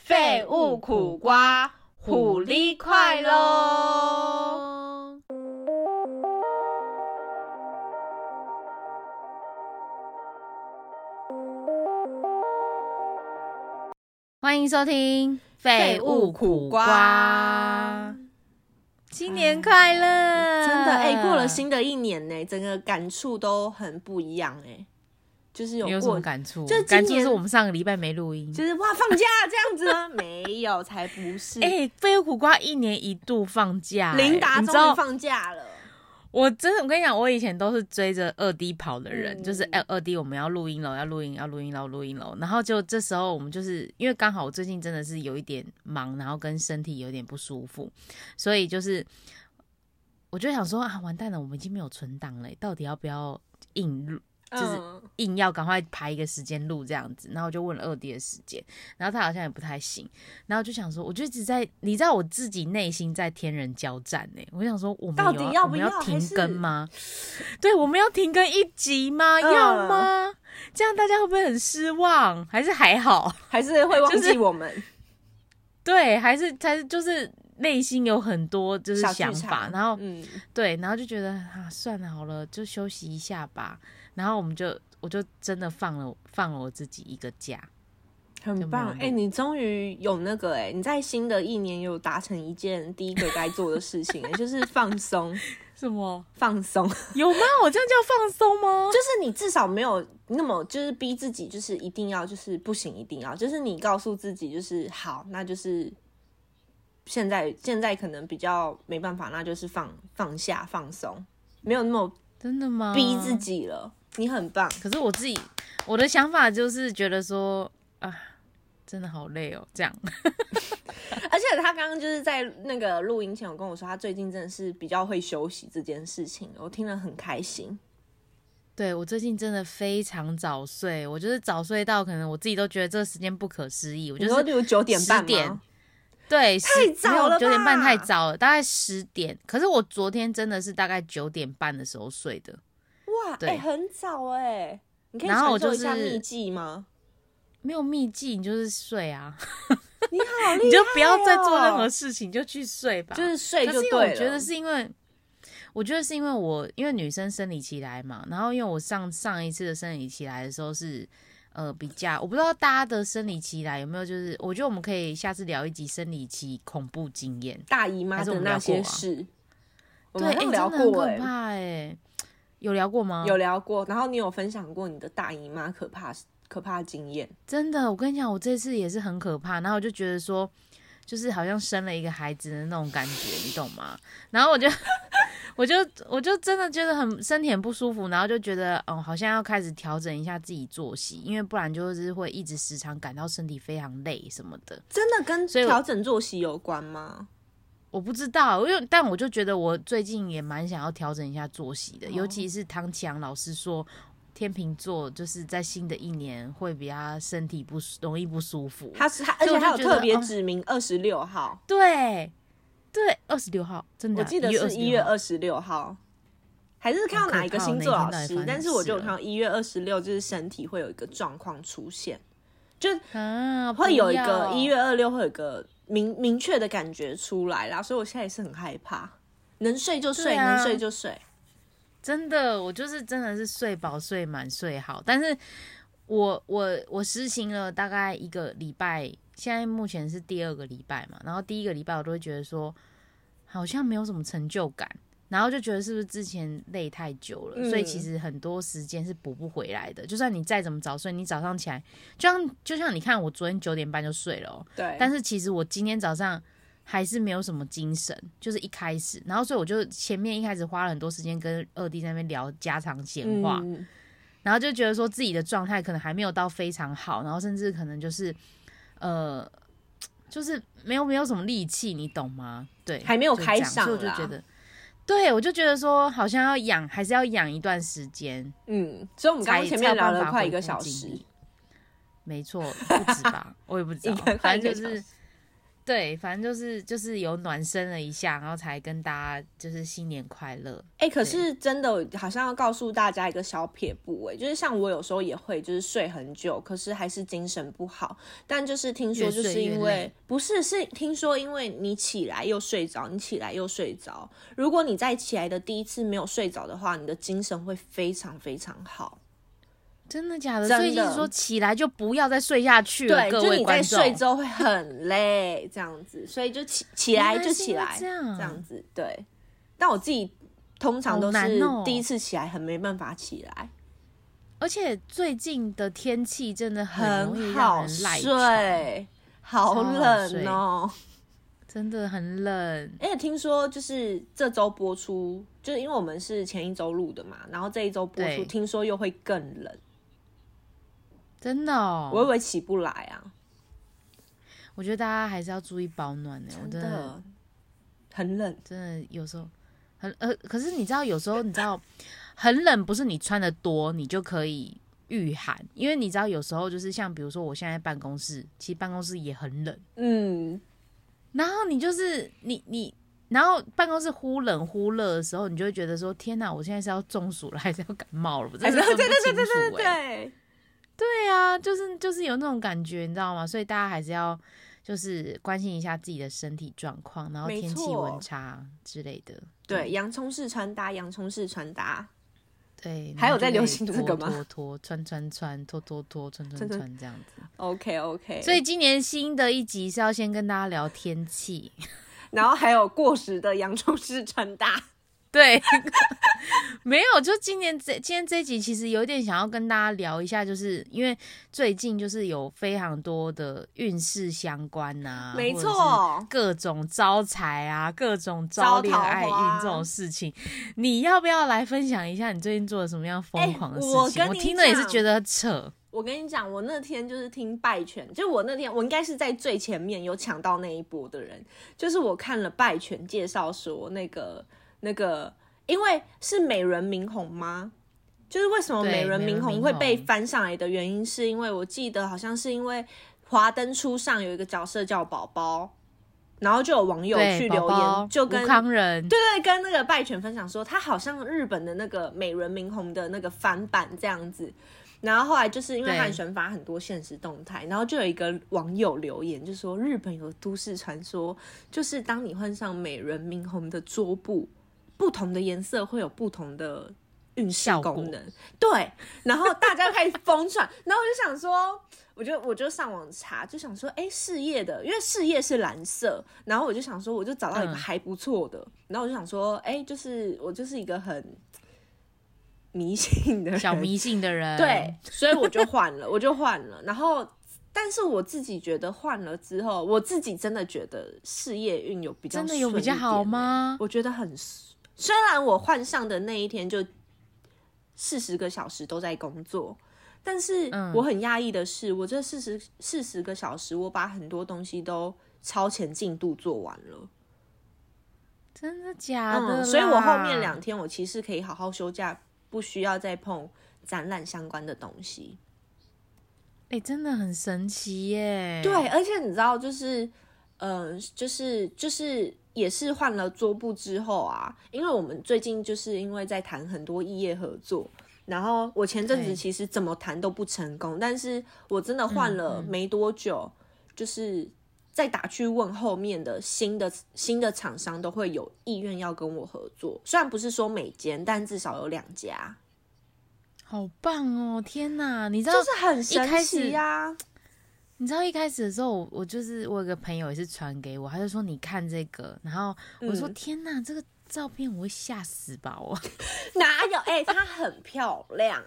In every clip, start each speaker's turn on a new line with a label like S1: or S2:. S1: 废物苦瓜，虎力快喽！
S2: 欢迎收听《废物苦瓜》，新年快乐！
S1: 真的哎、过了新的一年呢、整个感触都很不一样哎、就是有
S2: 你有什
S1: 过
S2: 么，感触？
S1: 就今
S2: 感触
S1: 年
S2: 是我们上个礼拜没录音。
S1: 就是哇放假这样子 吗？没有，才不是。
S2: 哎、废物苦瓜一年一度放假、
S1: 琳
S2: 哎
S1: 达
S2: 你知
S1: 终于
S2: 道，
S1: 放假了，
S2: 我真的，我跟你讲，我以前都是追着二 D 跑的人，
S1: 嗯
S2: 就是哎，二 D 我们要录音了，要录音，要录音了，要录音了。然后就这时候我们就是因为刚好我最近真的是有一点忙，然后跟身体有点不舒服，所以就是我就想说啊，完蛋了，我们已经没有存档了，到底要不要硬录？就是
S1: 嗯
S2: 硬要赶快排一个时间录这样子，然后我就问了二弟的时间，然后他好像也不太行，然后就想说，我就一直在，你知道我自己内心在天人交战呢、我想说，我们
S1: 到
S2: 有
S1: 底
S2: 要
S1: 要
S2: 我
S1: 不
S2: 们
S1: 要还
S2: 停
S1: 是
S2: 更吗？对，我们要停更一集吗？
S1: 嗯
S2: 要吗？这样大家会不会很失望？还是还好？
S1: 还是会忘
S2: 就是
S1: 记我们。
S2: 对，还是还是就是内心有很多就是
S1: 小剧
S2: 想法，
S1: 场
S2: 然后
S1: 嗯，
S2: 对，然后就觉得啊，算了，好了，就休息一下吧。然后我们就，我就真的放了放了我自己一个假。
S1: 很棒！
S2: 就没有
S1: 哎、
S2: 录
S1: 你终于有那个哎、你在新的一年有达成一件第一个该做的事情、哎，就是放松，
S2: 什么？
S1: 放松，就
S2: 有吗？我这样叫放松吗？
S1: 是你至少没有那么就是逼自己，就是一定要，就是不行，一定要，就是你告诉自己，就是好，那就是现在现在可能比较没办法，那就是放放下放松，没有那么
S2: 真的吗？
S1: 逼自。己了，你很棒，
S2: 可是我自己，我的想法就是觉得说啊，真的好累哦，这样。
S1: 而且他刚刚就是在那个录音前有跟我说，他最近真的是比较会休息这件事情，我听了很开心。
S2: 对我最近真的非常早睡，我就是早睡到可能我自己都觉得这个时间不可思议。我
S1: 你
S2: 就
S1: 说
S2: 是
S1: 例如九点半
S2: 10点
S1: 吗？
S2: 对，
S1: 太
S2: 10
S1: 早了吧
S2: 九点半太早了，大概十点。可是我昨天真的是大概九点半的时候睡的，
S1: 哇，哎、
S2: 对
S1: 很早哎、你可以
S2: 然
S1: 传
S2: 后我
S1: 授
S2: 就
S1: 一下
S2: 是
S1: 秘技 吗？
S2: 没有秘技，你就是 睡啊，
S1: 你好厉害、哦
S2: 你就不要再做任何，事情，就去睡吧。
S1: 就是睡
S2: 可
S1: 就是
S2: 因
S1: 对
S2: 为
S1: 了。
S2: 我觉得是因为，我觉得是因为我因为女生生理期来嘛，然后因为我上上一次的生理期来的时候是。呃，比较我不知道大家的生理期来有没有，就是我觉得我们可以下次聊一集生理期恐怖经验。
S1: 大姨妈
S2: 还是我
S1: 的
S2: 们
S1: 那
S2: 聊过
S1: 些
S2: 啊
S1: 事，我
S2: 对，
S1: 们
S2: 哎、
S1: 好像
S2: 真
S1: 聊
S2: 的很
S1: 过哎、
S2: 可怕哎、有聊过吗？
S1: 有聊过。然后你有分享过你的大姨妈可怕可怕的经验，
S2: 真的，我跟你讲，我这次也是很可怕，然后我就觉得说，就是好像生了一个孩子的那种感觉，你懂吗？然后我就， 我就，我就真的觉得很身体很不舒服，然后就觉得，哦，好像要开始调整一下自己作息，因为不然就是会一直时常感到身体非常累什么的。
S1: 真的跟
S2: 所以我
S1: 调整作息有关吗？
S2: 我不知道，因为但我就觉得我最近也蛮想要调整一下作息的，尤其是唐启阳老师说。天秤座就是在新的一年会比较身体不舒容易不舒服，
S1: 他是他，而
S2: 所以
S1: 且
S2: 我
S1: 他有
S2: 就觉得
S1: 特别
S2: 哦
S1: 指明二十六号。
S2: 对对，二十六号，真的
S1: 我
S2: 啊，
S1: 记得是一月二十六号，还是看到哪一个星座老
S2: 好可怕哦那一天到底发生什
S1: 师
S2: 么？
S1: 但是我就有
S2: 事
S1: 看到一月二十六，就是身体会有一个状况出现，就
S2: 26啊，
S1: 会
S2: 不
S1: 有一个
S2: 要
S1: 一月二六会有一个明明确的感觉出来啦，所以我现在也是很害怕，能睡就睡，
S2: 对啊
S1: 能睡就睡。
S2: 真的，我就是真的是睡饱睡满睡好，但是我我我实行了大概一个礼拜，现在目前是第二个礼拜嘛，然后第一个礼拜我都会觉得说好像没有什么成就感，然后就觉得是不是之前累太久了，所以其
S1: 嗯
S2: 实很多时间是补不回来的。就算你再怎么早睡，你早上起来，就像就像你看，我昨天九点半就睡了、哦，
S1: 对，
S2: 但是其实我今天早上还是没有什么精神，就是一开始，然后所以我就前面一开始花了很多时间跟二弟在那边聊家常闲话，
S1: 嗯，
S2: 然后就觉得说自己的状态可能还没有到非常好，然后甚至可能就是呃，就是没有没有什么力气，你懂吗？对，
S1: 还没有
S2: 就这样
S1: 开嗓
S2: 所以我就
S1: 啦
S2: 觉得。对，我就觉得说好像要养，还是要养一段时间。
S1: 嗯，所以我们刚
S2: 才
S1: 刚前
S2: 才
S1: 面
S2: 有
S1: 聊
S2: 办
S1: 了
S2: 法
S1: 快
S2: 回
S1: 一个
S2: 顾
S1: 小
S2: 精
S1: 时
S2: 力，没错，不止吧，我也不知
S1: 应
S2: 道
S1: 该，快
S2: 反
S1: 一
S2: 正
S1: 个
S2: 就
S1: 小
S2: 是
S1: 时。
S2: 对，对，反正就是就是有暖身了一下，然后才跟大家就是新年快乐。
S1: 哎、可是真的好像要告诉大家一个小撇步、哎，就是像我有时候也会就是睡很久，可是还是精神不好。但就是听说
S2: 越
S1: 就
S2: 睡
S1: 是
S2: 越
S1: 因为
S2: 累
S1: 不是是听说因为你起来又睡着，你起来又睡着。如果你在起来的第一次没有睡着的话，你的精神会非常非常好。
S2: 真的假的？
S1: 真
S2: 所以
S1: 的
S2: 就是说起来就不要再睡下去了，
S1: 对，
S2: 各
S1: 就
S2: 位
S1: 你在
S2: 观众。
S1: 睡之后会很累，这样子，所以就起起
S2: 原
S1: 来
S2: 来
S1: 就是起
S2: 因为
S1: 来，
S2: 这样
S1: 这样子对。但我自己通常都
S2: 好难
S1: 是
S2: 哦
S1: 第一次起来很没办法起来，
S2: 而且最近的天气真的容易
S1: 很
S2: 让
S1: 好
S2: 人赖床，
S1: 睡，好冷哦、
S2: 真的很冷。
S1: 而且听说就是这周播出，就是因为我们是前一周录的嘛，然后这一周播出，
S2: 对
S1: 听说又会更冷，
S2: 真的、哦，
S1: 我以为起不来啊，
S2: 我觉得大家还是要注意保暖欸呢、我真的
S1: 的很冷。
S2: 真的有时候很呃，可是你知道，有时候你知道很冷，不是你穿的多你就可以御寒，因为你知道有时候就是像比如说我现在办公室，其实办公室也很冷，
S1: 嗯，
S2: 然后你就是你你。然后办公室忽冷忽热的时候，你就会觉得说：“天哪，我现在是要中暑了，还是要感冒了？”我真的分不
S1: 哎对对对
S2: 清楚
S1: 对对
S2: 欸
S1: 对，
S2: 对啊，就是就是有那种感觉，你知道吗？所以大家还是要就是关心一下自己的身体状况，然后
S1: 没
S2: 天气
S1: 错
S2: 温差之类的。
S1: 对，洋葱式穿搭，洋葱式穿搭，
S2: 对，
S1: 还
S2: 然
S1: 有
S2: 后就
S1: 在
S2: 可
S1: 流
S2: 以
S1: 行这
S2: 拖
S1: 个吗
S2: 拖拖穿穿穿拖拖拖穿穿
S1: 真的
S2: 穿这样子。
S1: OK OK，
S2: 所以今年新的一集是要先跟大家聊 天气，
S1: 然后还有过时的洋葱式穿搭，
S2: 对， 没有，就今年这今天这一集其实有点想要跟大家聊一下，就是因为最近就是有非常多的运势相关呐、啊，
S1: 没
S2: 或者是
S1: 错
S2: 各种招财啊，各种
S1: 招
S2: 招恋
S1: 桃
S2: 爱
S1: 花
S2: 运这种事情，你要不要来分享一下你最近做了什么样疯狂的事情？
S1: 哎我跟
S2: 我
S1: 你
S2: 听了也是
S1: 讲
S2: 觉得很扯，
S1: 我跟你讲，我那天就是听拜犬，就我那天我应该是在最前面有抢到那一波的人，就是我看了拜犬介绍说那个那个，因为是美人明红吗？就是为什么
S2: 对
S1: 美人明
S2: 美人
S1: 红
S2: 明
S1: 会被
S2: 红
S1: 翻上来的原因，是因为我记得好像是因为《华灯初上》有一个角色叫宝宝，然后就有网友去
S2: 对，宝
S1: 留言，
S2: 宝
S1: 就
S2: 吴
S1: 跟
S2: 康人，
S1: 对对，跟那个拜犬分享说，他好像日本的那个美人明红的那个翻版这样子。然后后来就是因为
S2: 对
S1: 汉选发很多现实动态，然后就有一个网友留言，就说日本有都市传说，就是当你换上美人明红的桌布，不同的颜色会有不同的运势
S2: 效果
S1: 功能。对，然后大家开始疯传，然后我就想说，我就我就上网查，就想说，哎、事业的，因为事业是蓝色，然后我就想说，我就找到一个
S2: 嗯
S1: 还不错的，然后我就想说，哎、就是我就是一个很迷信的人，
S2: 小迷信的 人，
S1: 对，所以我就换了，我就换了。然后，但是我自己觉得换了之后，我自己真的觉得事业运有比较
S2: 真的有比
S1: 顺一
S2: 较好
S1: 点
S2: 吗
S1: 欸？我觉得很，虽然我换上的那一天就四十个小时都在工作。但是
S2: 嗯
S1: 我很压抑的是，我这四十四十个小时，我把很多东西都超前进度做完了。
S2: 真的假的啦、
S1: 嗯，所以我后面两天我其实可以好好休假，不需要再碰展览相关的东西。
S2: 哎、真的很神奇耶！
S1: 对，而且你知道，就是，嗯、就是就是也是换了桌布之后啊，因为我们最近就是因为在谈很多异业合作，然后我前阵子
S2: 对
S1: 其实怎么谈都不成功，但是我真的换了没多久，就是再打去问后面的新的新的厂商都会有意愿要跟我合作，虽然不是说每间，但至少有两家，
S2: 好棒哦！天哪，你知道，
S1: 就是很
S2: 一
S1: 神
S2: 开始
S1: 奇呀、
S2: 你知道一开始的时候，我我就是我有个朋友也是传给我，他就说你看这个，然后我说、
S1: 嗯
S2: 天哪，这个照片我会吓死吧我！
S1: 哪有？哎、她很漂亮，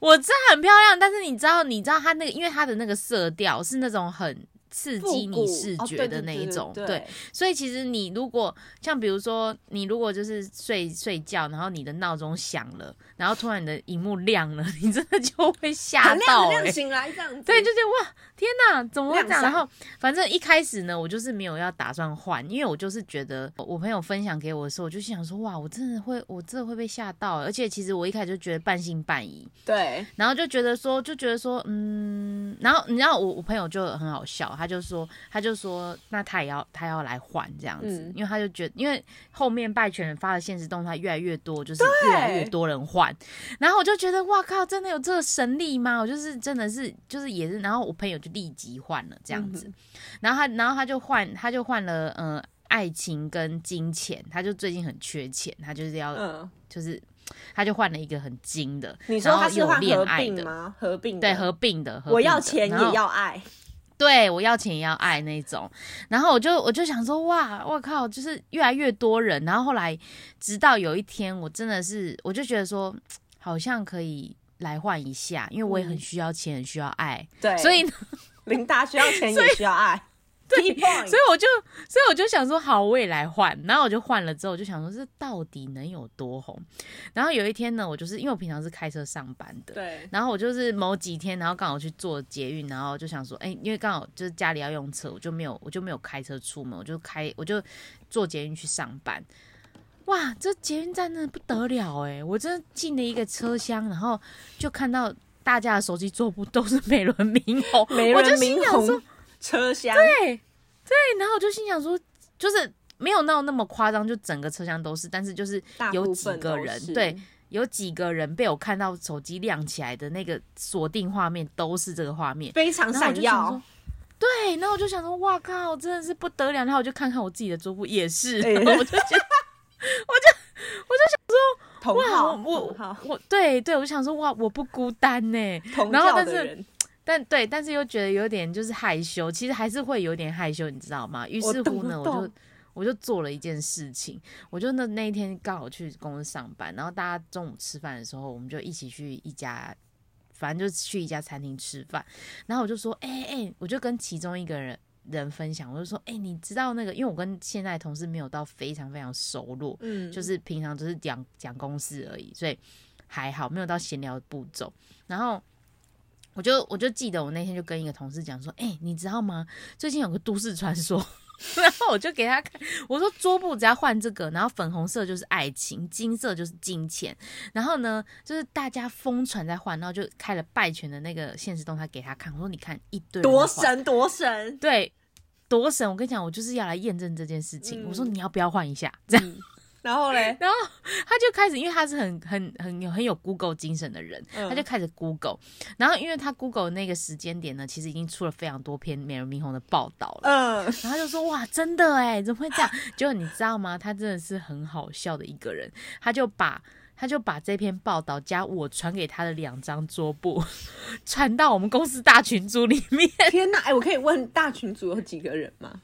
S2: 我这很漂亮，但是你知道，你知道他那个，因为他的那个色调是那种很刺激
S1: 复古
S2: 你视
S1: 哦
S2: 觉
S1: 对
S2: 的
S1: 对
S2: 那
S1: 对
S2: 一
S1: 对
S2: 种，
S1: 对
S2: 对，所以其实你如果像比如说，你如果就是睡睡觉，然后你的闹钟响了，然后突然你的荧幕亮了，你真的就会吓
S1: 很亮
S2: 到、
S1: 啊很亮
S2: 欸，
S1: 醒来这样子。
S2: 对，就觉得哇，天哪，怎么会这
S1: 晾
S2: 样？
S1: 晒
S2: 然后反正一开始呢，我就是没有要打算换，因为我就是觉得我朋友分享给我的时候，我就心想说，哇，我真的会，我真的会被吓到。欸而且其实我一开始就觉得半信半疑，
S1: 对，
S2: 然后就觉得说，就觉得说，嗯，然后你知道我我朋友就很好笑，他就说，他就说，那他也要他要来换这样子，
S1: 嗯
S2: 因为他就觉得，因为后面拜权人发的现实动态越来越多，就是越来越多人换，然后我就觉得，哇靠，真的有这个神力吗？我就是真的是就是也是，然后我朋友就立即换了这样子，然后他然后他就换他就换了，嗯、呃。爱情跟金钱，他就最近很缺钱，他就是要、
S1: 嗯，
S2: 就是，他就换了一个很精的，
S1: 你说
S2: 然后
S1: 他是
S2: 有
S1: 换
S2: 恋
S1: 合
S2: 爱
S1: 并
S2: 的，
S1: 吗？合并的
S2: 对，合并的，合
S1: 我
S2: 并
S1: 要
S2: 的
S1: 钱
S2: 然后
S1: 也要爱，
S2: 对我要钱也要爱那种。然后我就我就想说，哇，我靠，就是越来越多人。然后后来，直到有一天，我真的是，我就觉得说，好像可以来换一下，因为我也很
S1: 嗯
S2: 需要钱，很需要爱。
S1: 对，
S2: 所以，
S1: 林达需要钱也需要爱。Key point
S2: 所以我就，所以我就想说，好，我也来换。然后我就换了之后，我就想说，这到底能有多红？然后有一天呢，我就是因为我平常是开车上班的，
S1: 对，
S2: 然后我就是某几天，然后刚好去做捷运，然后就想说，哎、因为刚好就是家里要用车，我就没有，我就没有开车出门，我就开，我就坐捷运去上班。哇，这捷运站真的不得了哎、我真的进了一个车厢，然后就看到大家的手机桌布都是美轮明宏，
S1: 美
S2: 我就
S1: 人
S2: 心
S1: 明
S2: 想说
S1: 红车厢，
S2: 对对，然后我就心想说，就是没有闹那么夸张，就整个车厢都是，但是就是
S1: 大
S2: 有
S1: 部
S2: 几
S1: 分
S2: 个
S1: 都
S2: 人
S1: 是
S2: 对，有几个人被我看到手机亮起来的那个锁定画面都是这个画面，
S1: 非常
S2: 然后我
S1: 闪
S2: 就想
S1: 耀
S2: 说。，对，然后我就想说，哇靠，真的是不得了。然后我就看看我自己的桌布也是，
S1: 哎
S2: 然后 我就觉得
S1: 同
S2: 哇，
S1: 号，
S2: 我
S1: 同
S2: 我
S1: 号
S2: 我对对，我就想说哇，我不孤单呢。
S1: 同
S2: 然后
S1: 教
S2: 但
S1: 的
S2: 是
S1: 人，
S2: 但对，但是又觉得有点就是害羞，其实还是会有点害羞，你知道吗？于
S1: 我
S2: 是
S1: 懂
S2: 乎
S1: 我
S2: 呢，我就
S1: 懂
S2: 我就做了一件事情，我就那那一天刚好去公司上班，然后大家中午吃饭的时候，我们就一起去一家。反正就去一家餐厅吃饭，然后我就说，哎、哎、我就跟其中一个人人分享，我就说，哎、你知道那个，因为我跟现在的同事没有到非常非常熟络，
S1: 嗯，
S2: 就是平常只是讲讲公事而已，所以还好没有到闲聊的步骤。然后我就我就记得我那天就跟一个同事讲说，哎、你知道吗？最近有个都市传说。 然后我就给他看，我说桌布只要换这个，然后粉红色就是爱情，金色就是金钱，然后呢就是大家疯传在换，然后就开了拜权的那个现实动态给他看，我说你看一堆人在
S1: 多
S2: 换
S1: 神多神，
S2: 对多神，我跟你讲，我就是要来验证这件事情，
S1: 嗯
S2: 我说你要不要换一下这样。
S1: 嗯然后嘞，
S2: 然后他就开始，因为他是很很很有很有 Google 精神的人，
S1: 嗯
S2: 他就开始 Google。然后因为他 Google 那个时间点呢，其实已经出了非常多篇美人明红的报道了。
S1: 嗯，
S2: 然后他就说哇，真的哎，怎么会这样？结果你知道吗？他真的是很好笑的一个人，他就把他就把这篇报道加我传给他的两张桌布 传到我们公司大群组里面，
S1: 天哪，哎，我可以问大群组有几个人吗？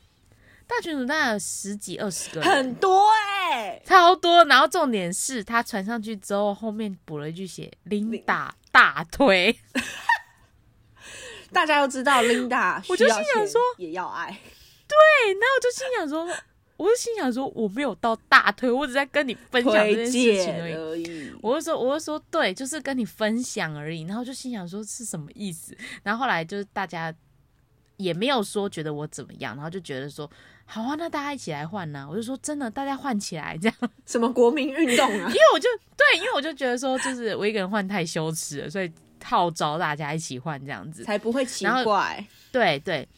S2: 大群组大概有十几二十个 人，
S1: 很多哎，
S2: 超多。然后重点是他传上去之后，后面补了一句写“琳达大腿
S1: 大家都知道 Linda
S2: 我
S1: 需
S2: 就
S1: 要
S2: 心想
S1: 钱
S2: 说
S1: 也要爱，”，
S2: 对，然后我就心想说，我就心想说，我没有到大腿，我只在跟你分享这件
S1: 推
S2: 事情
S1: 荐
S2: 而已。
S1: 而已，
S2: 我就说，我就说，对，就是跟你分享而已。然后就心想说是什么意思？然后后来就是大家也没有说觉得我怎么样，然后就觉得说，好啊，那大家一起来换呐、我就说真的，大家换起来这样。
S1: 什么国民运动啊
S2: 因？为我就对，因为我就觉得说，就是我一个人换太羞耻了，所以号召大家一起换这样子。
S1: 才不会奇
S2: 然后
S1: 怪，
S2: 对对。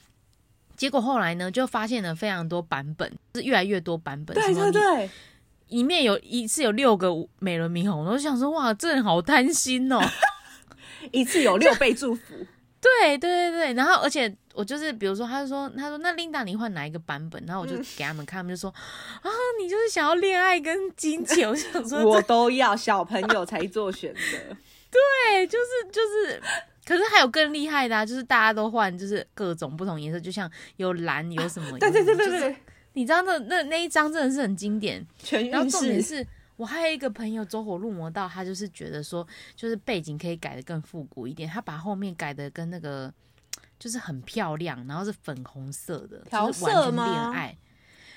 S2: 结果后来呢，就发现了非常多版本，就是越来越多版本。
S1: 对
S2: 什么
S1: 对对，
S2: 里面有一次有六个美轮明宏，我就想说，哇，这人好贪 心哦。
S1: 一次有六倍祝福，
S2: 对对对对，然后而且我就是，比如说，他就说，他说那 Linda 你换哪一个版本？然后我就
S1: 嗯
S2: 给他们看，他们就说，啊，你就是想要恋爱跟金钱。我想说，
S1: 我都要小朋友才做选择，
S2: 对，就是就是，可是还有更厉害的、啊，就是大家都换，就是各种不同颜色，就像有蓝有什 么，
S1: 对对对对
S2: 就是
S1: 对，
S2: 你知道那那那一张真的是很经典。
S1: 全
S2: 然后
S1: 运
S2: 重点
S1: 势，
S2: 是我还有一个朋友走火入魔到，他就是觉得说，就是背景可以改的更复古一点，他把后面改的跟那个就是很漂亮，然后是粉红色的，
S1: 调
S2: 就是完
S1: 色
S2: 全
S1: 吗
S2: 恋爱。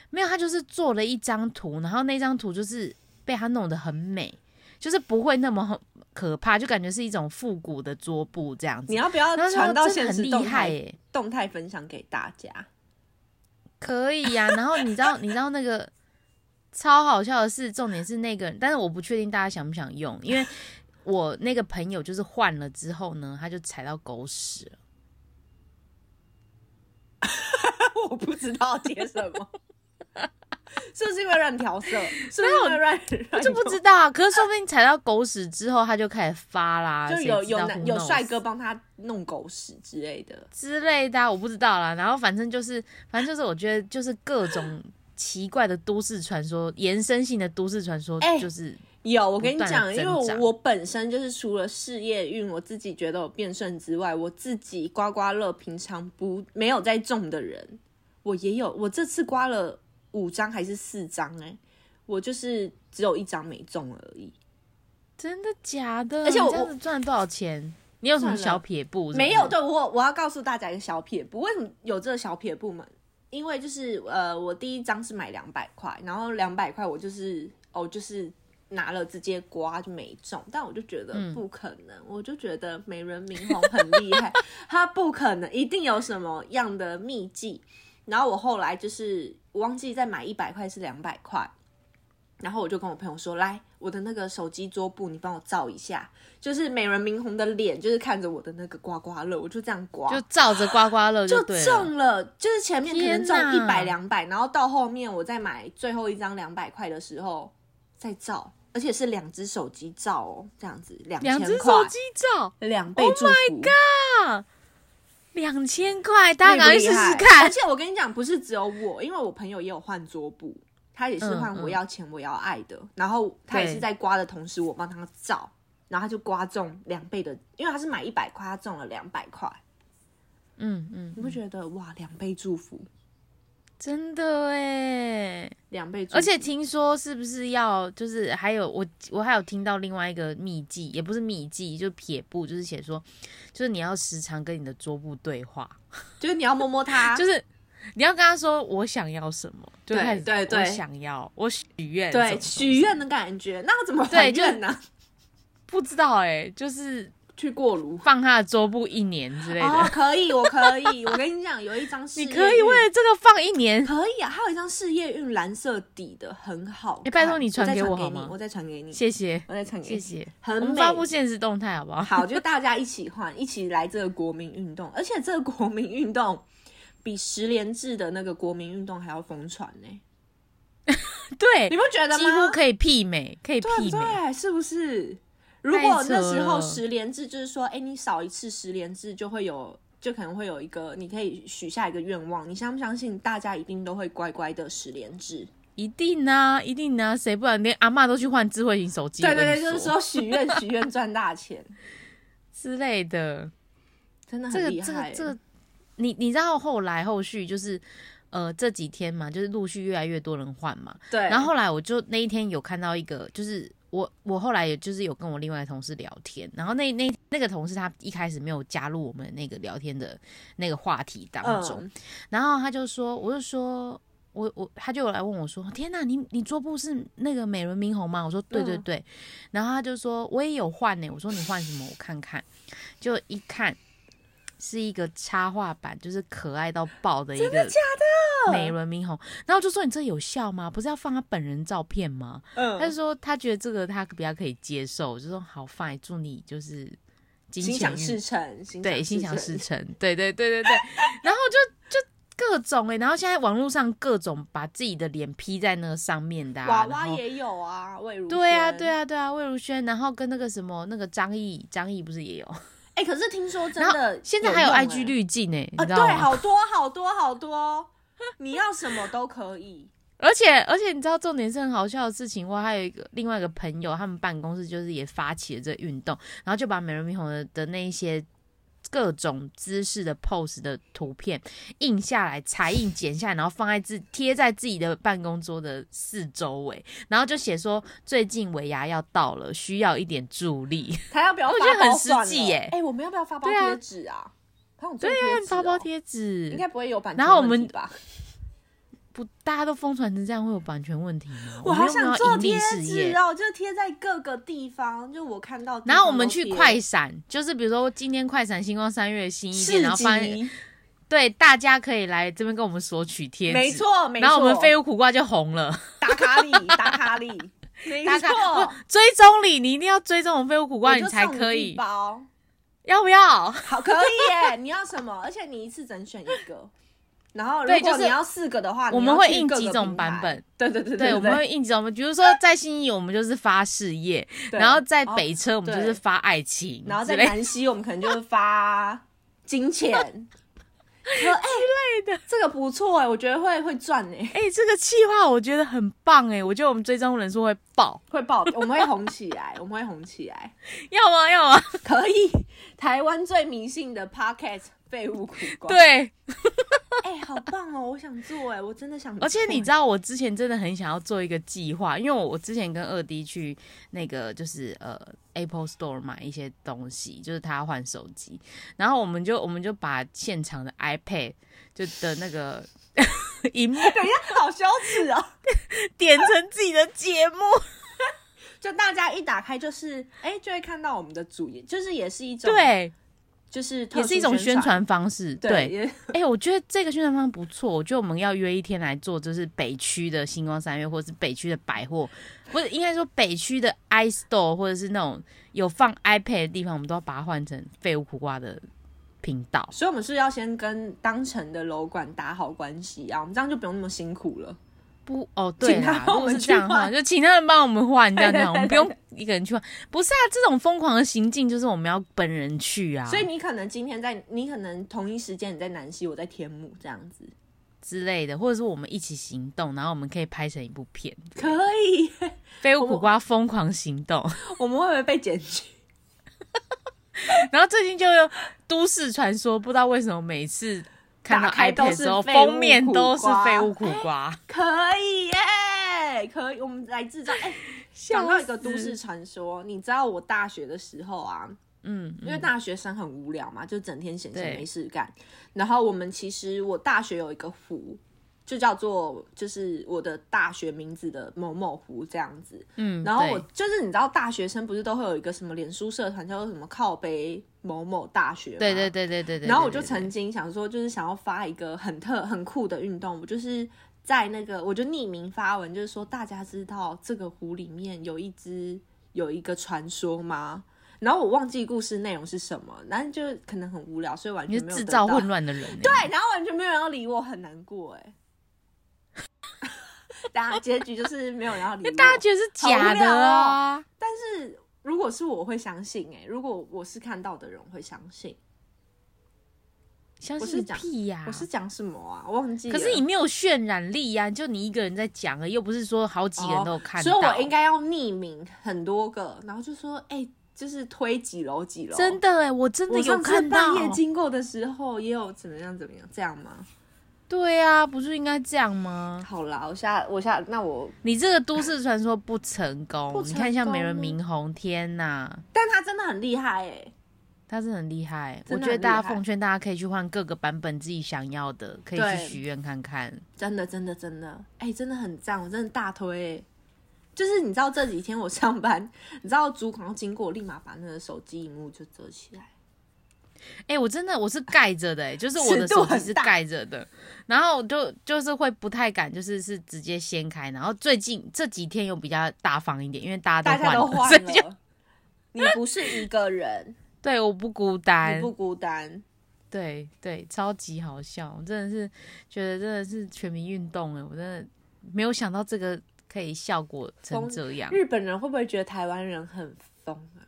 S2: 没有，他就是做了一张图，然后那张图就是被他弄得很美，就是不会那么可怕，就感觉是一种复古的桌布这样子
S1: 你。要不要
S2: 然后
S1: 传到
S2: 真的
S1: 现
S2: 很
S1: 实
S2: 厉
S1: 动
S2: 害
S1: 态、
S2: 耶、
S1: 动态分享给大家？
S2: 可以呀、 然后你知道，你知道那个超好笑的是，重点是那个人，但是我不确定大家想不想用，因为我那个朋友就是换了之后呢，他就踩到狗屎了。
S1: 我不知道接什么， 是不是因为乱调色？是不是因为乱？
S2: 我
S1: 乱
S2: 就不知道啊，可是说不定踩到狗屎之后，他就开始发啦，
S1: 就
S2: 谁
S1: 有
S2: 知道
S1: 有
S2: who
S1: 男有
S2: knows
S1: 帅哥帮他弄狗屎之类的，
S2: 之类的啊、我不知道啦。然后反正就是，反正就是，我觉得就是各种奇怪的都市传说，延伸性的都市传说，
S1: 哎
S2: 就是
S1: 有，我跟你
S2: 不断
S1: 讲，
S2: 地
S1: 因为
S2: 增
S1: 我
S2: 长
S1: 我本身就是除了事业运我自己觉得有变顺之外，我自己刮刮乐平常不没有在中的人，我也有，我这次刮了五张还是四张哎、我就是只有一张没中而已，
S2: 真的假的？
S1: 而且我
S2: 你这样子赚了多少钱？你有什么
S1: 算了
S2: 小撇步是不是
S1: 没有。对我我要告诉大家一个小撇步，为什么有这个小撇步嘛？因为就是呃，我第一张是买两百块，然后两百块我就是哦就是拿了直接刮就没中，但我就觉得
S2: 嗯
S1: 不可能，我就觉得美人明红很厉害，他不可能一定有什么样的秘技。然后我后来就是我忘记再买一百块是两百块，然后我就跟我朋友说，来我的那个手机桌布你帮我照一下，就是美人明红的脸就是看着我的那个刮刮乐，我就这样刮，
S2: 就照着刮刮乐
S1: 就
S2: 对了。
S1: 中了，就是前面可能中一
S2: 天哪
S1: 百两百，然后到后面我再买最后一张两百块的时候再照，而且是两只手机照哦，这样子两
S2: 两
S1: 千
S2: 只
S1: 块
S2: 手，机，Oh 照
S1: 两倍祝福
S2: 两千块，大家赶快
S1: 厉
S2: 试
S1: 不厉害
S2: 试看
S1: 而。且我跟你讲，不是只有我，因为我朋友也有换桌布，他也是换我要钱我要爱的，然后他也是
S2: 嗯对
S1: 在刮的同时，我帮他照，然后他就刮中两倍的，因为他是买一百块，他中了两百块，
S2: 嗯嗯，
S1: 你不觉得哇，两倍祝福，
S2: 真的哎。
S1: 两倍祝福，
S2: 而且听说是不是要就是还有我我还有听到另外一个秘技，也不是秘技，就是撇步，就是写说，就是你要时常跟你的桌布对话，
S1: 就是你要摸摸他，
S2: 就是你要跟他说我想要什么，就
S1: 啊对
S2: 开始
S1: 对对
S2: 我想要，我许愿什么的，
S1: 对许愿的感觉，那要怎么
S2: 对
S1: 还愿 呢、
S2: 不知道哎、就是
S1: 去过炉。
S2: 放他的桌布一年之类的，
S1: 哦，可以，我可以，我跟你讲，有一张事
S2: 你
S1: 业
S2: 可以
S1: 运
S2: 为了这个放一年，
S1: 可以啊，还有一张事业运蓝色底的，很好看。
S2: 哎拜托你传
S1: 我再
S2: 给
S1: 传
S2: 我
S1: 给
S2: 好
S1: 你
S2: 吗
S1: 我再传给你，
S2: 谢谢
S1: 我再传给
S2: 谢
S1: 你，
S2: 谢，
S1: 很
S2: 我们
S1: 美。
S2: 发布现实动态好不好？
S1: 好，就大家一起换，一起来这个国民运动，而且这个国民运动比十连制的那个国民运动还要疯传呢、
S2: 对
S1: 你，不觉得吗？
S2: 几乎可以媲美，可以
S1: 对不啊
S2: 媲美。
S1: 对？是不是？如果那时候
S2: 了
S1: 十连制就是说，哎，你少一次十连制就会有，就可能会有一个，你可以许下一个愿望。你相不相信大家一定都会乖乖的十连制？
S2: 一定啊，一定啊，谁不然连阿嬷都去换智慧型手机？
S1: 对
S2: 我跟
S1: 对
S2: 你
S1: 对，就是说许愿许愿赚大钱，
S2: 之类的。
S1: 真的
S2: 这
S1: 很
S2: 个
S1: 厉
S2: 这个
S1: 害。
S2: 这个，你你知道后来后续就是呃这几天嘛，就是陆续越来越多人换嘛。
S1: 对，
S2: 然后后来我就那一天有看到一个，就是我我后来也就是有跟我另外的同事聊天，然后那那那个同事他一开始没有加入我们那个聊天的那个话题当中，
S1: 嗯，
S2: 然后他就说，我就说。我我他就来问我说：“天呐，你你桌布是那个美轮明宏吗？”我说：“对对
S1: 嗯
S2: 对。然后他就说：“我也有换呢、我说：“你换什么？我看看。”就一看是一个插画版，就是可爱到爆的一个美轮明宏。然后我就说：“你这有效吗？不是要放他本人照片吗？”
S1: 嗯
S2: 他就说他觉得这个他比较可以接受，我就说：“好，fine，祝你就是金
S1: 心
S2: 钱
S1: 想
S2: 运
S1: 事成，心
S2: 对，心想
S1: 想
S2: 事
S1: 成。
S2: 成，对对对对对，然后就就各种哎、然后现在网络上各种把自己的脸 P 在那个上面的、啊，
S1: 娃
S2: 然
S1: 娃
S2: 后
S1: 也有啊，魏如
S2: 对啊
S1: 萱
S2: 对。啊对啊，魏如萱，然后跟那个什么那个张译，张译不是也有，
S1: 哎，可是听说真
S2: 然后
S1: 的，
S2: 现在还有
S1: 用
S2: IG
S1: 哎
S2: 滤镜哎、
S1: 啊，
S2: 你知道
S1: 对，
S2: 吗？
S1: 好多好多好多，你要什么都可 以。
S2: 而且而且你知道重点是很好笑的事情，我还有一个另外一个朋友，他们办公室就是也发起了这个运动，然后就把美人明红的的那一些。各种姿势的 pose 的图片印下来，裁印剪下来，然后放在自贴在自己的办公桌的四周围，然后就写说最近尾牙要到了，需要一点助力，
S1: 他要不要
S2: 我
S1: 发
S2: 觉得
S1: 包
S2: 很实
S1: 算
S2: 际
S1: 了
S2: 耶
S1: 哎、我们要不要发包
S2: 对啊
S1: 贴纸啊？对啊，对
S2: 发包
S1: 纸
S2: 贴
S1: 哦，应
S2: 纸
S1: 该。不会有版权
S2: 然后我
S1: 问题
S2: 们
S1: 吧？
S2: 不，大家都疯传成这样，会有版权问题吗？
S1: 我
S2: 们
S1: 好
S2: 又没有
S1: 想
S2: 要
S1: 做
S2: 盈利
S1: 贴
S2: 事
S1: 纸
S2: 业。
S1: 哦，就贴在各个地方，就我看到地方都贴。
S2: 然后我们去快闪，就是比如说今天快闪星光三月新一店，
S1: 市
S2: 然后发现
S1: 集，
S2: 对大家可以来这边跟我们索取贴纸，
S1: 没。错没错。
S2: 然后我们废物苦瓜就红了，
S1: 打卡 里，打卡里，没
S2: 大家
S1: 错
S2: 不，追踪你，你一定要追踪我们废物苦瓜，
S1: 我就
S2: 才
S1: 送
S2: 可
S1: 一
S2: 以，
S1: 包
S2: 要 不要？
S1: 好，可以耶！你要什么？而且你一次只能选一个。然后，如
S2: 对就
S1: 果
S2: 是
S1: 你要四个的话，
S2: 我
S1: 你
S2: 们
S1: 要
S2: 会
S1: 去
S2: 印
S1: 各
S2: 几
S1: 个
S2: 种
S1: 平
S2: 版
S1: 台
S2: 本。
S1: 对对对
S2: 对，
S1: 对，
S2: 我们会应征。我们比如说在新义，我们就是发事业；
S1: 对
S2: 然后在
S1: 哦
S2: 北车，我们
S1: 对
S2: 就是发爱情之类的，
S1: 然后在南溪，我们可能就是发金 钱，说哎之类的，这个不错哎，我觉得会会赚哎，
S2: 哎、这个计划我觉得很棒哎、我觉得我们追踪人数会爆，
S1: 会爆，我们会红起来，我们会红起来，
S2: 要吗？要吗？
S1: 可以。 台湾最迷信的 podcast 废物苦瓜，，
S2: 对，啊
S1: 哎，好棒哦，我想做哎，我真的想做，
S2: 而且你知道，我之前真的很想要做一个计划，因为我我之前跟二弟去那个就是呃 Apple Store 买一些东西，就是他要换手机，然后我们就我们就把现场的 iPad 就的那个荧幕
S1: 等一下 好羞耻哦，
S2: 点成自己的节目，
S1: 就大家一打开就是哎，就会看到我们的主页，就是也是一种，
S2: 对，
S1: 就是特殊
S2: 也是一种宣
S1: 宣，
S2: 传方式，
S1: 对，也
S2: 哎、我觉得这个宣传方式不错，我觉得我们要约一天来做，就是北区的星光三月，或是北区的百货，不是应该说北区的 i store，或者是那种有放 iPad 的地方，我们都要把它换成废物苦瓜的频道。
S1: 所以我们是要先跟当城的楼管打好关系啊，我们这样就不用那么辛苦了。
S2: 不哦，对
S1: 请他
S2: 啦，
S1: 帮
S2: 如
S1: 我
S2: 果
S1: 们
S2: 是
S1: 去
S2: 这样的话，
S1: 换
S2: 就请他们帮我们换，这样这样，我 们不
S1: 对
S2: 用一个人去换。不是啊，这种疯狂的行径就是我们要本人去啊，
S1: 所以你可能今天在，你可能同一时间你在南溪，我在天母这样子，
S2: 之类的，或者是我们一起行动，然后我们可以拍成一部片《
S1: 可以。
S2: 废物苦瓜疯狂行动》。
S1: 我们会不会被检举？
S2: 然后最近就有都市传说，不知道为什么每次看到
S1: 打开
S2: iPad
S1: 都
S2: 的
S1: 是
S2: 时候，
S1: 废物
S2: 封面都
S1: 苦
S2: 是
S1: 瓜哎
S2: 废物苦瓜，
S1: 可以耶、可以。我们来制造。 哎、
S2: 想
S1: 讲到一个都市，传说，你知道我大学的时候啊，
S2: 嗯，
S1: 因为大学生很无聊嘛，就整天闲闲
S2: 对
S1: 没事干。然后我们其实我大学有一个湖，就叫做就是我的大学名字的某某湖这样子。
S2: 嗯，
S1: 然后我
S2: 对
S1: 就是你知道大学生不是都会有一个什么脸书社团叫做什么靠背某某大学吗？
S2: 对对对对对对，
S1: 然后我就
S2: 对对
S1: 曾经想说，就是想要发一个很特很酷的运动，我就是在那个我就匿名发文，就是说大家知道这个湖里面有一只有一个传说吗？然后我忘记故事内容是什么，但是就是可能很无聊，所以完
S2: 你
S1: 全
S2: 是
S1: 没有
S2: 制
S1: 得
S2: 造
S1: 到
S2: 混乱的人欸，
S1: 对，然后完全没有人要理我，很难过哎。 当然结局就是没有人要理我。
S2: 大家觉得是假
S1: 哦
S2: 的啊，
S1: 但是如果是我会相信哎、如果我是看到的人会相信。
S2: 相
S1: 我
S2: 信
S1: 是
S2: 个
S1: 讲
S2: 屁呀
S1: 我！是讲什么啊？我忘记了。
S2: 可是你没有渲染力呀，就你一个人在讲而已，又不是说好几个人都有看
S1: 哦所以
S2: 到，
S1: 我应该要匿名很多个，然后就说，哎、就是推几楼几楼。
S2: 真的哎，我真的
S1: 我
S2: 有
S1: 上次
S2: 看到
S1: 半，夜经过的时候也有怎么样怎么样，这样吗？
S2: 对啊，不是应该这样吗？
S1: 好啦，我下我下那我，
S2: 你这个都市传说不成功，
S1: 不
S2: 你看像
S1: 成功啊
S2: 美人
S1: 吗
S2: 明红，天呐！
S1: 但他真的很厉害哎、
S2: 他是很厉害，我
S1: 真的
S2: 觉得
S1: 很
S2: 大家
S1: 厉害
S2: 奉劝大家可以去换各个版本自己想要的，可以
S1: 对
S2: 去许愿看看。
S1: 真的真的真的，哎、真的很赞，我真的大推哎、就是你知道这几天我上班，你知道主管要经过，我立马把那个手机荧幕就遮起来。
S2: 哎、我真的我是盖着的、哎，就是我的
S1: 尺度
S2: 手
S1: 很大
S2: 机是盖着的，然后我就就是会不太敢，就是是直接掀开。然后最近这几天又比较大方一点，因为大
S1: 大
S2: 家都
S1: 家
S2: 换
S1: 都换
S2: 了，所以就
S1: 了，你不是一个人，
S2: 对我不孤单，
S1: 你不孤 单。
S2: 对对，超级好笑，我真的是觉得真的是全民运动哎、我真的没有想到这个可以效果成
S1: 疯
S2: 这样，
S1: 日本人会不会觉得台湾人很疯啊？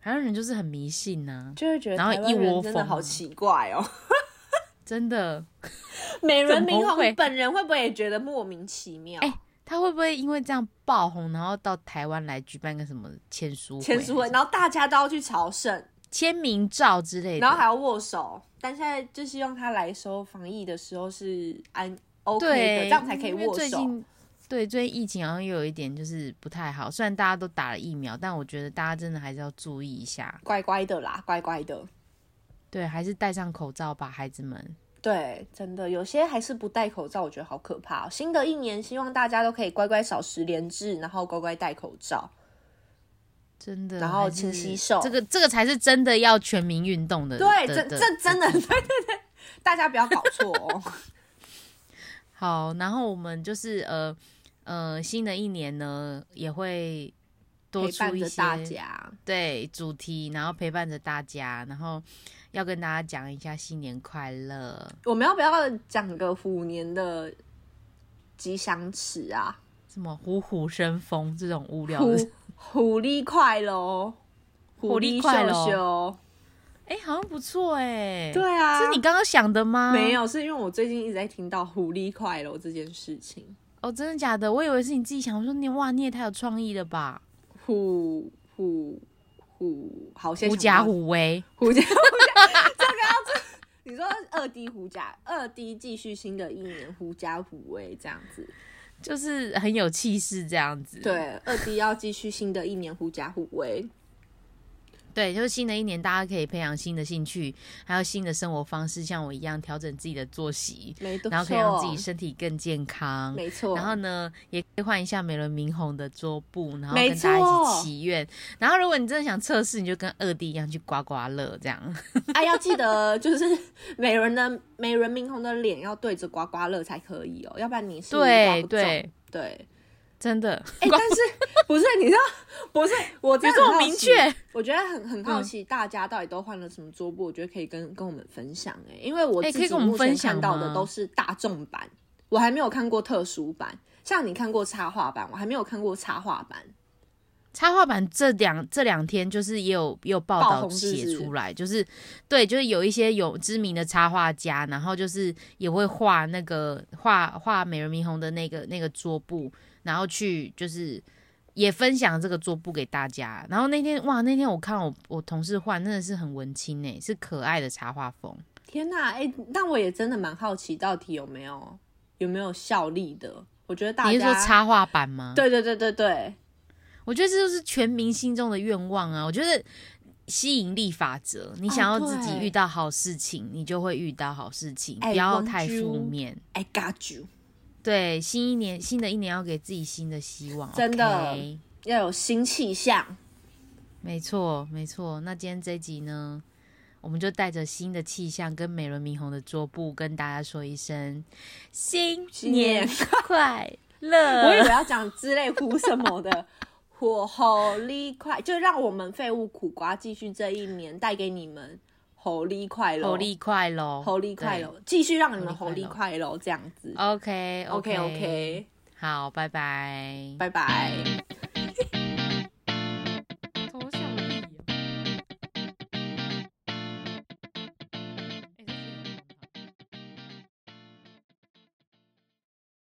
S2: 台湾人就是很迷信啊呐、
S1: 就会觉得
S2: 然后
S1: 台湾
S2: 一窝
S1: 人真的
S2: 蜂啊
S1: 好奇怪哦。
S2: 真的。
S1: 美人明
S2: 怎么会
S1: 宏本人会不会也觉得莫名其妙？
S2: 哎他会不会因为这样爆红，然后到台湾来举办个什么签书会
S1: 签书会，然后大家都要去朝圣，
S2: 签名照之类的？
S1: 然后还要握手。但现在就希望他来的时候，防疫的时候是安 OK 的，
S2: 对，
S1: 这样才可以
S2: 因为
S1: 握
S2: 最
S1: 手。
S2: 近对，最近疫情好像又有一点就是不太好，虽然大家都打了疫苗，但我觉得大家真的还是要注意一下。
S1: 乖乖的啦，乖乖的。
S2: 对，还是戴上口罩吧，孩子们。
S1: 对，真的有些还是不戴口罩，我觉得好可怕、哦。新的一年，希望大家都可以乖乖少十连制，然后乖乖戴口罩。
S2: 真的。
S1: 然后
S2: 还是
S1: 勤洗手
S2: 这个这个才是真的要全民运动的。
S1: 对，
S2: 的
S1: 这
S2: 的
S1: 这真的，对对对， 大家不要搞错哦。
S2: 好，然后我们就是呃呃，新的一年呢也会多
S1: 陪
S2: 出
S1: 伴
S2: 一
S1: 着
S2: 些
S1: 大家，
S2: 对主题，然后陪伴着大家，然后要跟大家讲一下新年快乐。
S1: 我们要不要讲个虎年的吉祥词啊？
S2: 什么虎虎生风这种无聊
S1: 虎
S2: 的，
S1: 虎力快喽，
S2: 虎力快哦
S1: 秀
S2: 咯
S1: 秀。
S2: 哎、好像不错哎、
S1: 对啊，
S2: 是你刚刚想的吗？
S1: 没有，是因为我最近一直在听到虎力快喽这件事情。
S2: 哦，真的假的？我以为是你自己想。我说你哇，你也太有创意了吧！
S1: 虎虎虎，好，先
S2: 狐
S1: 想
S2: 假
S1: 不到
S2: 虎威，
S1: 狐假 虎假，这个要这，你说二 D 狐假，二 D 继续新的一年狐假虎威这样子，
S2: 就是很有气势这样子。
S1: 对，二 D 要继续新的一年狐假虎威，
S2: 对，就是新的一年，大家可以培养新的兴趣，还有新的生活方式，像我一样调整自己的作息，
S1: 没错，
S2: 然后可以让自己身体更健康。
S1: 没错，
S2: 然后呢，也可以换一下美轮明宏的桌布，然后
S1: 没
S2: 跟大家一
S1: 错
S2: 起祈愿。然后如果你真的想测试，你就跟二弟一样去刮刮乐这样。
S1: 啊，要记得就是美人的美人明红的脸要对着刮刮乐才可以哦，要不然你是刮
S2: 对
S1: 不中
S2: 对，
S1: 对，
S2: 真的，
S1: 哎、 但是不是你知道不是我这
S2: 有这么明确，嗯
S1: 我觉得很很好奇，大家到底都换了什么桌布？我觉得可以跟跟我们分享哎、因为我
S2: 哎
S1: 自
S2: 可
S1: 己
S2: 以跟我们
S1: 目前
S2: 分享
S1: 看到的
S2: 吗
S1: 都是大众版，我还没有看过特殊版。像你看过插画版，我还没有看过插画版。
S2: 插画版这两这两天就是也有也有报
S1: 爆
S2: 道
S1: 红是不
S2: 写
S1: 是
S2: 出来，就是对，就是有一些有知名的插画家，然后就是也会画那个画画美人迷红的那个那个桌布，然后去就是也分享这个桌布给大家。然后那天哇，那天我看我我同事画真的是很文青诶、是可爱的插画风。
S1: 天呐、哎、但我也真的蛮好奇，到底有没有有没有效力的？我觉得大家
S2: 你是说插画版吗？
S1: 对对对对对，
S2: 我觉得这就是全民心中的愿望啊！我觉得吸引力法则，你想要
S1: 哦对
S2: 自己遇到好事情，你就会遇到好事情，
S1: 哎
S2: 不要
S1: 王
S2: 太
S1: 珠
S2: 负面。
S1: I got you，
S2: 对，新一年，新的一年要给自己新的希望，
S1: 真的
S2: OK
S1: 要有新气象。
S2: 没错，没错。那今天这集呢，我们就带着新的气象，跟美轮明宏的桌布，跟大家说一声新
S1: 新年
S2: 年 快
S1: 我以
S2: 乐。
S1: 为要讲之类呼什么 的，火吼力快，就让我们废物苦瓜继续这一年带给你们吼力快乐，
S2: 猴力快乐，
S1: 吼力快乐，继续让你们吼力快乐这样子。
S2: OK，OK，OK
S1: OK OK，
S2: 好，拜拜。
S1: 拜拜。
S2: 哎